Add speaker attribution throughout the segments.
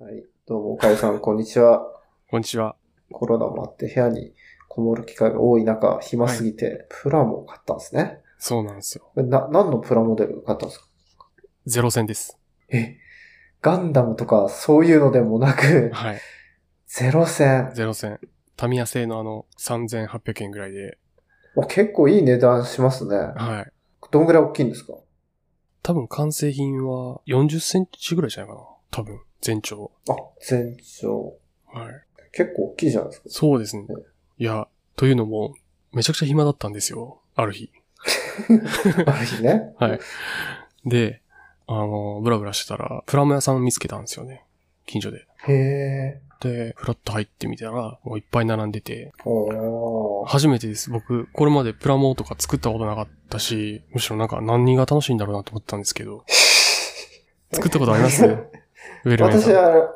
Speaker 1: はい。どうも、おかゆさん、こんにちは。
Speaker 2: こんにちは。
Speaker 1: コロナもあって部屋にこもる機会が多い中、暇すぎて、プラモを買ったんですね。
Speaker 2: そうなんですよ。
Speaker 1: な、何のプラモデル買ったんですか
Speaker 2: ゼロ戦です。
Speaker 1: え、ガンダムとかそういうのでもな く、
Speaker 2: はい。
Speaker 1: ゼロ戦。
Speaker 2: ゼロ戦。タミヤ製のあの、3800円ぐらいで。
Speaker 1: お結構いい値段しますね。
Speaker 2: はい。
Speaker 1: どんぐらい大きいんですか
Speaker 2: 多分完成品は40センチぐらいじゃないかな。多分、全長。
Speaker 1: あ、全長。
Speaker 2: はい。
Speaker 1: 結構大きいじゃないですか。
Speaker 2: そうですね
Speaker 1: うん。
Speaker 2: いや、というのも、めちゃくちゃ暇だったんですよ。ある日。
Speaker 1: ある日ね。
Speaker 2: はい。で、あの、ブラブラしてたら、プラモ屋さん見つけたんですよね。近所で。
Speaker 1: へえ。
Speaker 2: で、フラッと入ってみたら、もういっぱい並んでて、
Speaker 1: おー。
Speaker 2: 初めてです。僕、これまでプラモとか作ったことなかったし、むしろなんか何が楽しいんだろうなと思ってたんですけど。作ったことあり ますウェルメンさ
Speaker 1: 私
Speaker 2: ん。あ
Speaker 1: は、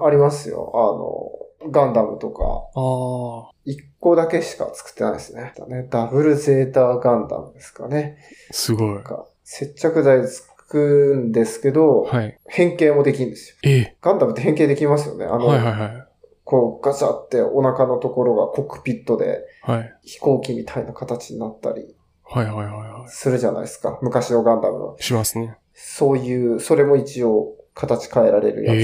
Speaker 1: あ、ありますよ。あの、ガンダムとか、
Speaker 2: あー、
Speaker 1: 一個だけしか作ってないですね。だねダブルゼータガンダムですかね。
Speaker 2: すごい
Speaker 1: なん。か、接着剤作るんですけど、
Speaker 2: はい。
Speaker 1: 変形もできるんですよ。
Speaker 2: え
Speaker 1: ガンダムって変形できますよね。あの、
Speaker 2: はいはいはい。
Speaker 1: こうガチャってお腹のところがコックピットで
Speaker 2: はい。
Speaker 1: 飛行機みたいな形になったり
Speaker 2: はいはいはいは
Speaker 1: するじゃないですか。昔のガンダムの。
Speaker 2: い。しますね。
Speaker 1: そういう、それも一応形変えられるやつ。
Speaker 2: ええ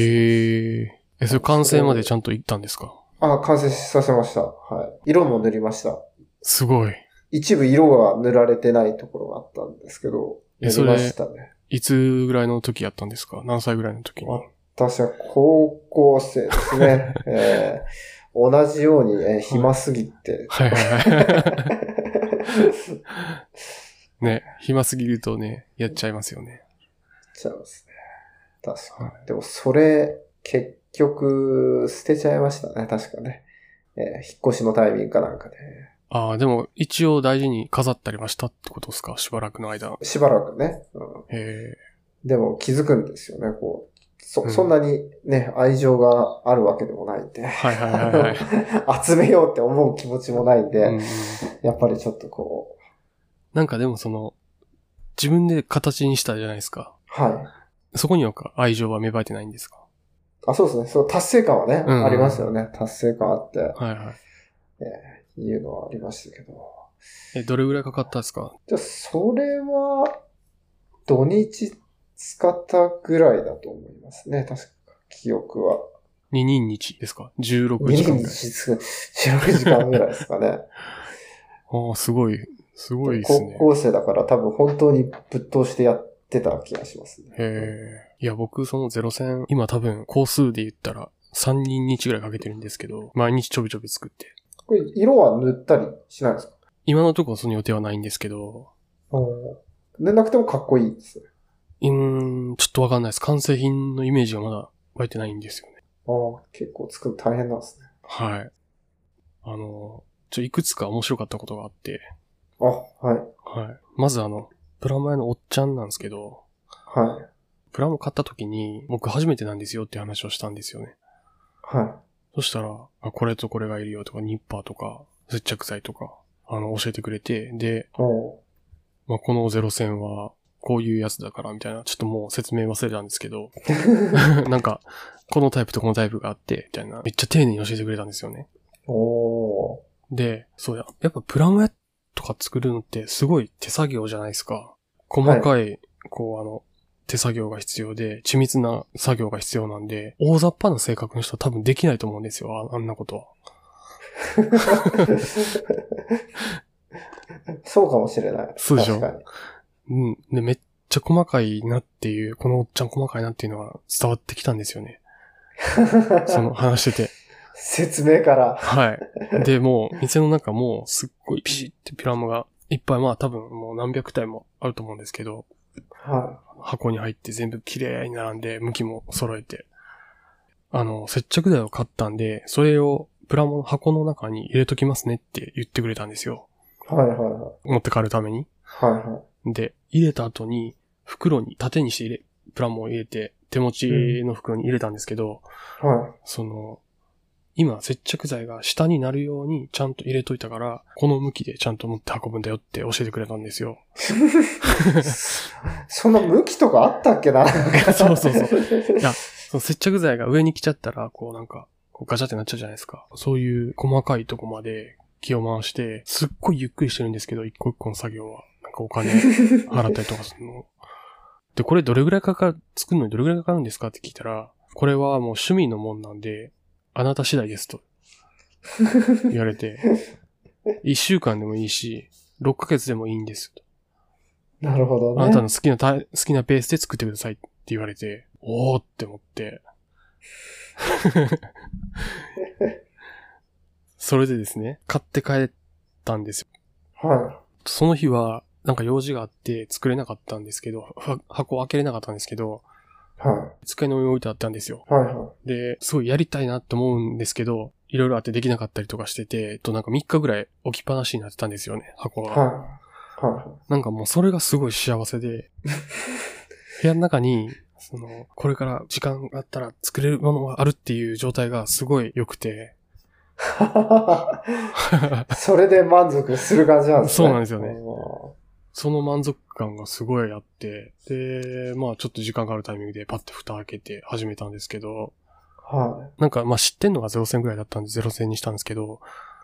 Speaker 2: ー。え、それ完成までちゃんと行ったんですか
Speaker 1: あ、完成させました。はい。色も塗りました。
Speaker 2: すごい。
Speaker 1: 一部色が塗られてないところがあったんですけど、塗
Speaker 2: え
Speaker 1: り
Speaker 2: それ
Speaker 1: ましたね。
Speaker 2: いつぐらいの時やったんですか何歳ぐらいの時に
Speaker 1: 私は高校生です ね。えー同じように、えー暇すぎ て。
Speaker 2: はいはい はい。ね、暇すぎるとね、やっちゃいますよね。
Speaker 1: ちゃいますね。確か
Speaker 2: は
Speaker 1: に。でもそれ、結局、捨てちゃいましたね。確かね。えー引っ越しのタイミングかなんかで、
Speaker 2: ああ、でも一応大事に飾ったりはしたってことですかしばらくの間。
Speaker 1: しばらくね。うん
Speaker 2: え
Speaker 1: でも気づくんですよね。こう、そ、
Speaker 2: うん
Speaker 1: そんなにね、愛情があるわけでもないんで。
Speaker 2: えはいはいはい はい。
Speaker 1: 集めようって思う気持ちもないんで、
Speaker 2: うんうん
Speaker 1: やっぱりちょっとこう、
Speaker 2: なんかでもその、自分で形にしたじゃないですか。
Speaker 1: はい。
Speaker 2: そこにはか愛情は芽生えてないんですか
Speaker 1: あ、そうですね。そう、達成感はね、
Speaker 2: うん
Speaker 1: ありますよね。達成感あって、
Speaker 2: はいはい。
Speaker 1: いうのはありましたけど。
Speaker 2: え、どれぐらいかかったですか
Speaker 1: じゃあ、それは、土日使ったぐらいだと思いますね。確か、記憶は。
Speaker 2: ?2 人日ですか ?16
Speaker 1: 2
Speaker 2: 時
Speaker 1: 日
Speaker 2: 間ぐらい。
Speaker 1: 使う、16時間ぐらいですかね。
Speaker 2: ああ、すごい。すごいです
Speaker 1: 高
Speaker 2: ね。
Speaker 1: 校生だから多分本当にぶっ通してやってた気がしますね。
Speaker 2: へえ。いや、僕、そのゼロ戦、今多分、工数で言ったら、3人日ぐらいかけてるんですけど、毎日ちょびちょび作って。
Speaker 1: これ、色は塗ったりしないんですか
Speaker 2: 今のところその予定はないんですけど、
Speaker 1: 塗んなくてもかっこいいですね。
Speaker 2: うーん、ちょっとわかんないです。完成品のイメージがまだ湧いてないんですよね。
Speaker 1: ああ、結構作るの大変なんですね。
Speaker 2: はい。あの、ちょ、いくつか面白かったことがあって、
Speaker 1: あ、はい。
Speaker 2: はい。まずあの、プラモ屋のおっちゃんなんですけど、
Speaker 1: はい。
Speaker 2: プラモ買った時に、僕初めてなんですよって話をしたんですよね。
Speaker 1: は
Speaker 2: そしたら、あ、これとこれがいるよとか、ニッパーとか、接着剤とか、あの、教えてくれて、で、
Speaker 1: い。お
Speaker 2: まあ、このゼロ戦は、こういうやつだから、みたいな、ちょっともう説明忘れたんですけど、なんか、このタイプとこのタイプがあって、みたいな、めっちゃ丁寧に教えてくれたんですよね。
Speaker 1: おお
Speaker 2: で、そうや、やっぱプラモ屋とか作るのってすごい手作業じゃないですか。細かい、こうあの、手作業が必要で、緻密な作業が必要なんで、大雑把な性格の人は多分できないと思うんですよ、ああんなことは。
Speaker 1: ーそうかもしれない。
Speaker 2: そうでしょ
Speaker 1: 確かに。
Speaker 2: うん。で、めっちゃ細かいなっていう、このおっちゃん細かいなっていうのは伝わってきたんですよね。その話してて。
Speaker 1: 説明から。
Speaker 2: はい。で、もう、店の中もすっごいピシってピラモがいっぱい、まあ多分もう何百体もあると思うんですけど、
Speaker 1: は
Speaker 2: 箱に入って全部綺麗に並んで、向きも揃えて。あの、接着剤を買ったんで、それをプラモの箱の中に入れときますねって言ってくれたんですよ。
Speaker 1: い。はいはいは
Speaker 2: 持って帰るために。
Speaker 1: い。はいはい。
Speaker 2: で、入れた後に、袋に縦にして入れ、プラモを入れて、手持ちの袋に入れたんですけど、
Speaker 1: はい。
Speaker 2: その、今接着剤が下になるようにちゃんと入れといたから、この向きでちゃんと持って運ぶんだよって教えてくれたんですよ。
Speaker 1: そんな向きとかあったっけな。
Speaker 2: そうそうそういや、その接着剤が上に来ちゃったら、こうなんか、こうガチャってなっちゃうじゃないですか。そういう細かいとこまで気を回して、すっごいゆっくりしてるんですけど、一個一個の作業は。なんかお金 払ったりとかするの。で、これどれぐらいかかる、作るのにどれぐらいかかるんですかって聞いたら、これはもう趣味のもんなんで、あなた次第ですと言われて、1週間でもいいし、6ヶ月でもいいんですよと。
Speaker 1: なるほどね。
Speaker 2: あなたの好きなタイ、好きなペースで作ってくださいって言われて、おーって思って。 それでですね、買って帰ったんですよ。
Speaker 1: は
Speaker 2: その日は、なんか用事があって作れなかったんですけど、は箱を開けれなかったんですけど、
Speaker 1: い。は
Speaker 2: 机の上に置いてあったんですよ。
Speaker 1: い。はい。は
Speaker 2: で、すごいやりたいなと思うんですけど、いろいろあってできなかったりとかしてて、えっとなんか3日ぐらい置きっぱなしになってたんですよね、箱
Speaker 1: い。
Speaker 2: が。
Speaker 1: はい。は
Speaker 2: なんかもうそれがすごい幸せで、部屋の中に、その、これから時間があったら作れるものがあるっていう状態がすごい良くて、
Speaker 1: い。それで満足する感じなんですね。
Speaker 2: そうなんですよね
Speaker 1: ね。
Speaker 2: その満足感がすごいあって、で、まあちょっと時間があるタイミングでパッて蓋開けて始めたんですけど、
Speaker 1: は
Speaker 2: なんかまあ知ってんのが0戦ぐらいだったんで0戦にしたんですけど、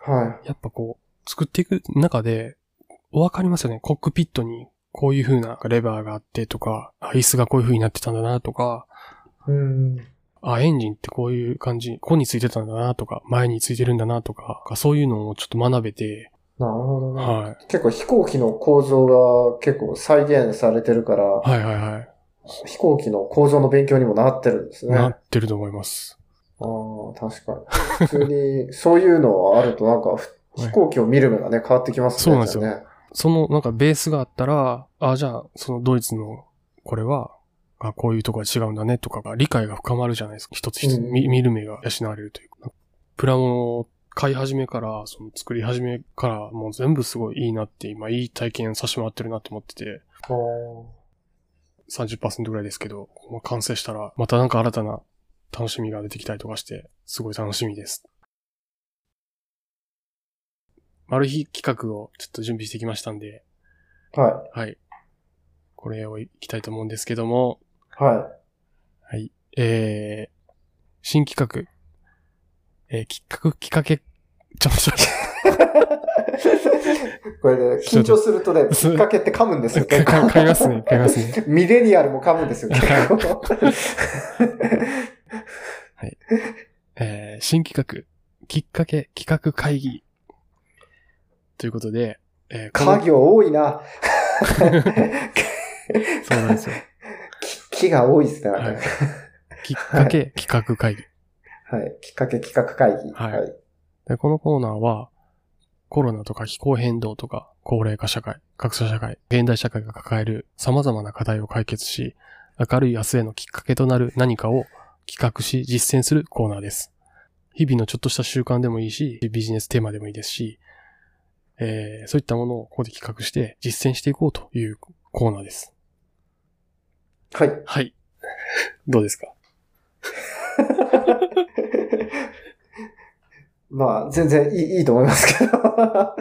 Speaker 1: い。は
Speaker 2: やっぱこう、作っていく中で、わかりますよね。コックピットにこういう風なレバーがあってとか、あ椅子がこういう風になってたんだなとか、
Speaker 1: い。うん。
Speaker 2: あ、エンジンってこういう感じ、ここについてたんだなとか、前についてるんだなとか、そういうのをちょっと学べて、
Speaker 1: なるほどね。
Speaker 2: は
Speaker 1: 結構飛行機の構造が結構再現されてるから、
Speaker 2: い。はいはいはい。
Speaker 1: 飛行機の構造の勉強にもなってるんですね。
Speaker 2: な
Speaker 1: あ
Speaker 2: ってると思います。
Speaker 1: あー、確かに。普通に、そういうのはあるとなんか、ふ
Speaker 2: い
Speaker 1: 飛行機を見る目がね、変わってきますね。
Speaker 2: そうなんですよ
Speaker 1: じゃあね
Speaker 2: その、なんかベースがあったら、あ、じゃあ、そのドイツの、これは、あこういうとこが違うんだねとかが、理解が深まるじゃないですか。一つ一つ、
Speaker 1: うん
Speaker 2: み見る目が養われるというか。プラモを買い始めから、その作り始めから、もう全部すごいいいなって、今いい体験させてもらってるなって思ってて、
Speaker 1: あー
Speaker 2: 30%ぐらいですけど、まあ、完成したら、またなんか新たな楽しみが出てきたりとかして、すごい楽しみです。マル秘企画をちょっと準備してきましたんで、
Speaker 1: は
Speaker 2: はい。これをいきたいと思うんですけども、
Speaker 1: い。は
Speaker 2: はい。えー、新企画。えー、企画、きっかけ、ちょっと待って
Speaker 1: い。これで、緊張するとね、
Speaker 2: ち
Speaker 1: き
Speaker 2: ょっと
Speaker 1: っかけって噛むんですよ。
Speaker 2: かか噛みますね噛みますね。
Speaker 1: ミレニアルも噛むんですよ。結構
Speaker 2: えー新企画、きっかけ企画会議。ということで、えー、こ の
Speaker 1: 家業多いな。
Speaker 2: そうなんですよ。
Speaker 1: 木木が多いですね。なんか
Speaker 2: はい。きっかけ企画会議。
Speaker 1: はい。きっかけ企画会議。
Speaker 2: はい
Speaker 1: はい。
Speaker 2: でこのコーナーは、コロナとか気候変動とか、高齢化社会、格差社会、現代社会が抱える様々な課題を解決し、明るい明日へのきっかけとなる何かを企画し実践するコーナーです。日々のちょっとした習慣でもいいし、ビジネステーマでもいいですし、えーそういったものをここで企画して実践していこうというコーナーです。
Speaker 1: はい。
Speaker 2: はい。どうですか
Speaker 1: まあ、全然いいいいと思いますけど。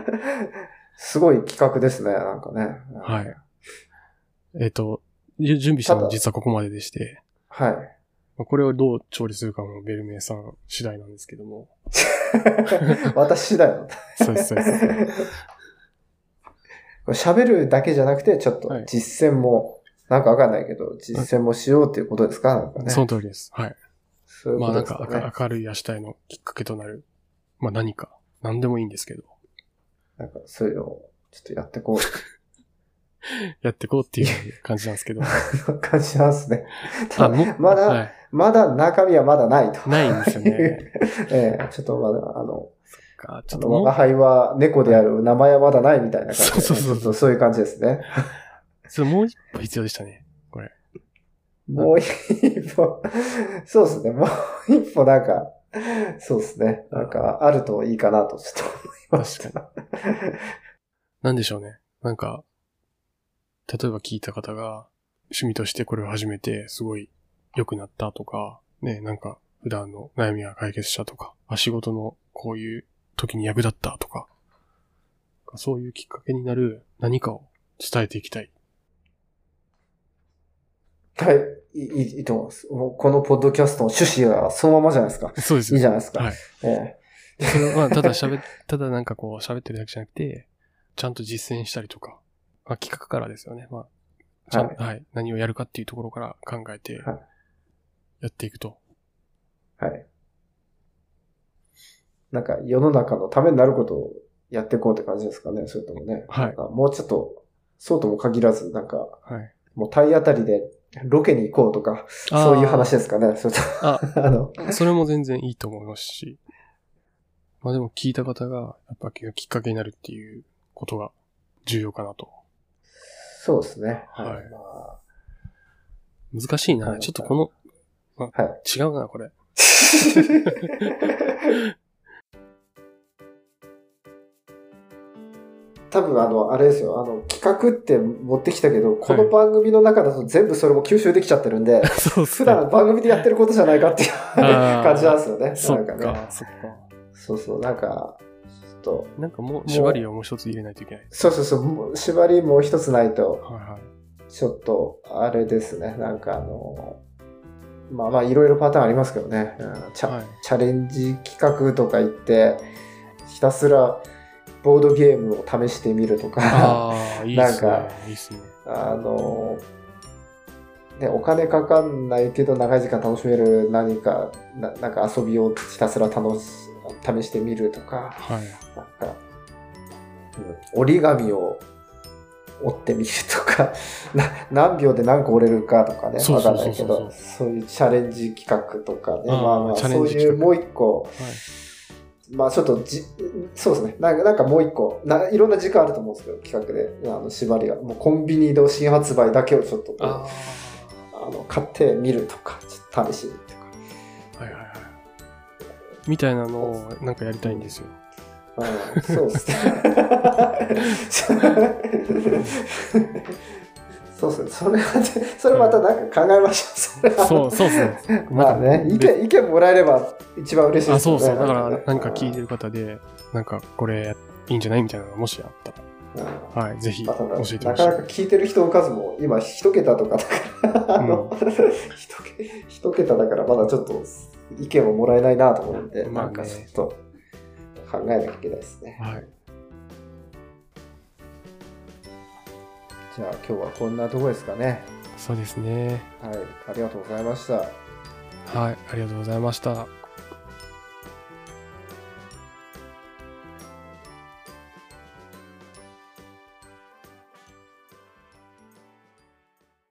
Speaker 1: すごい企画ですね、なんかね。
Speaker 2: はい。えっ、と、ゆ準備したのは実はここまででして、
Speaker 1: はい。
Speaker 2: まあこれをどう調理するかもベルメイさん次第なんですけども。
Speaker 1: 私だ よ。
Speaker 2: そうです、そうです。
Speaker 1: これ喋るだけじゃなくて、ちょっと
Speaker 2: はい
Speaker 1: 実践も、なんかわかんないけど、実践もしようっていうことですかなんかね。
Speaker 2: その通りです。はい。
Speaker 1: そういう
Speaker 2: ま
Speaker 1: こ
Speaker 2: あな
Speaker 1: と
Speaker 2: ん
Speaker 1: です
Speaker 2: か
Speaker 1: か
Speaker 2: 明
Speaker 1: ね。
Speaker 2: 明るい明日へのきっかけとなる。まあ何か。何でもいいんですけど。
Speaker 1: なんかそういうのを、ちょっとやってこ
Speaker 2: やってこうっていう感じなんで すけど。
Speaker 1: う 感じなんですね。た
Speaker 2: あ、
Speaker 1: だ、
Speaker 2: も
Speaker 1: まだ
Speaker 2: はい。
Speaker 1: まだ中身はまだないと。
Speaker 2: ないんです よね。
Speaker 1: ええちょっとまだ、あの、
Speaker 2: かち
Speaker 1: ち
Speaker 2: ょ
Speaker 1: ょっ
Speaker 2: っと
Speaker 1: と
Speaker 2: も
Speaker 1: 我
Speaker 2: う
Speaker 1: が、輩は猫である名前はまだないみたいな感じで、
Speaker 2: そうそうそう
Speaker 1: ちょっとそういう感じですね。
Speaker 2: ちょっともう一歩必要でしたね。
Speaker 1: もう一歩、そうですね。もう一歩なんか、そうですね。なんか、あるといいかなと、ちょっと思いました。
Speaker 2: なんでしょうね。なんか、例えば聞いた方が趣味としてこれを始めてすごい良くなったとか、ね、なんか普段の悩みが解決したとか、あ仕事のこういう時に役立ったとか、そういうきっかけになる何かを伝えていきたい。
Speaker 1: はい。いい、いいと思います。もうこのポッドキャストの趣旨はそのままじゃないですか。
Speaker 2: そうです
Speaker 1: いい
Speaker 2: よ。
Speaker 1: じゃないですか。
Speaker 2: はい。
Speaker 1: ええ
Speaker 2: それはまあ、ただ喋っ、ただなんかこう喋ってるだけじゃなくて、ちゃんと実践したりとか、まあ、企画からですよね。まあ、ちゃん
Speaker 1: はい
Speaker 2: はい、何をやるかっていうところから考えて
Speaker 1: はい、
Speaker 2: やっていくと。
Speaker 1: はい。なんか世の中のためになることをやっていこうって感じですかね、それともね。
Speaker 2: はい
Speaker 1: なんかもうちょっと、そうとも限らず、なんか、
Speaker 2: はい。
Speaker 1: もう体当たりでロケに行こうとか、そういう話ですかね、 それとも。
Speaker 2: あー。
Speaker 1: あの、
Speaker 2: あ、それも全然いいと思いますし。まあでも聞いた方が、やっぱきっかけになるっていうことが重要かなと。
Speaker 1: そうですね。
Speaker 2: はい
Speaker 1: まあ
Speaker 2: 難しいな。
Speaker 1: はい
Speaker 2: ちょっとこの、あ
Speaker 1: は
Speaker 2: 違うな、これ。
Speaker 1: 多分あの、あれですよ、あの、企画って持ってきたけど、この番組の中だと全部それも吸収できちゃってるん で、
Speaker 2: そう
Speaker 1: 普
Speaker 2: っすね。
Speaker 1: 段番組でやってることじゃないかっていう
Speaker 2: ー
Speaker 1: 感じなんですよね。
Speaker 2: そ
Speaker 1: な
Speaker 2: っ
Speaker 1: んかね。
Speaker 2: か、そっか。
Speaker 1: そうそう、なんか、ちょっと、
Speaker 2: なんかもう、縛りをもう一つ入れないといけない。
Speaker 1: そうそうそうもう、縛りもう一つないと、
Speaker 2: はいはい。
Speaker 1: ちょっと、あれですね、なんかあの、まあまあ、いろいろパターンありますけどね。うんチャ
Speaker 2: はい
Speaker 1: チャレンジ企画とか言って、ひたすらボードゲームを試してみるとか、
Speaker 2: ああ、いいっす
Speaker 1: なん
Speaker 2: ね
Speaker 1: か。
Speaker 2: いいっすね。
Speaker 1: あの、ね、お金かかんないけど長い時間楽しめる何か、ななんか遊びをひたすら楽し、試してみるとか、
Speaker 2: はい。
Speaker 1: なんか、うん折り紙を折ってみるとか、 な何秒で何個折れるかとかね、
Speaker 2: そう
Speaker 1: わ
Speaker 2: そ
Speaker 1: か
Speaker 2: うん
Speaker 1: な
Speaker 2: そう
Speaker 1: いけ
Speaker 2: そう
Speaker 1: ど、そういうチャレンジ企画とかね、
Speaker 2: あー
Speaker 1: まあまあ、
Speaker 2: チャレ
Speaker 1: そ
Speaker 2: ン
Speaker 1: う
Speaker 2: ジ
Speaker 1: いう
Speaker 2: 企画
Speaker 1: もう一個、
Speaker 2: はい。
Speaker 1: まあちょっとじ、そうですね。なんかなんかもう一個ないろんな時間あると思うんですけど、企画で。あの、縛りが。もうコンビニの新発売だけをちょっとこうあ
Speaker 2: あ
Speaker 1: の、買ってみるとか、ちょっと試しにとか。
Speaker 2: あ。はいはいはい。みたいなのを、なんかやりたいんですよ。
Speaker 1: うん、そうですね。そうですね。それは、それまたなんか考えましょう。それは
Speaker 2: そう、そうっすね。
Speaker 1: まあね、意見、意見もらえれば一番嬉しい
Speaker 2: あ、
Speaker 1: です
Speaker 2: そ
Speaker 1: よ
Speaker 2: う
Speaker 1: ね。
Speaker 2: そう。だから、
Speaker 1: ね
Speaker 2: なんか聞いてる方で、なんかこれいいんじゃないみたいなのがもしあった
Speaker 1: うん
Speaker 2: ら、はい、ぜひ
Speaker 1: ま
Speaker 2: 教
Speaker 1: あただ
Speaker 2: えて
Speaker 1: な
Speaker 2: ほしい
Speaker 1: か。なか聞いてる人の数も今一桁とかだから、あの、一桁 一桁だからまだちょっと意見をもらえないなと思うんで、
Speaker 2: まあ
Speaker 1: な
Speaker 2: ね
Speaker 1: んかちょっと考えなきゃいけないですね。
Speaker 2: はい。
Speaker 1: じゃあ今日はこんなとこですかね。
Speaker 2: そうですね。
Speaker 1: はい、ありがとうございました。
Speaker 2: はい、ありがとうございました。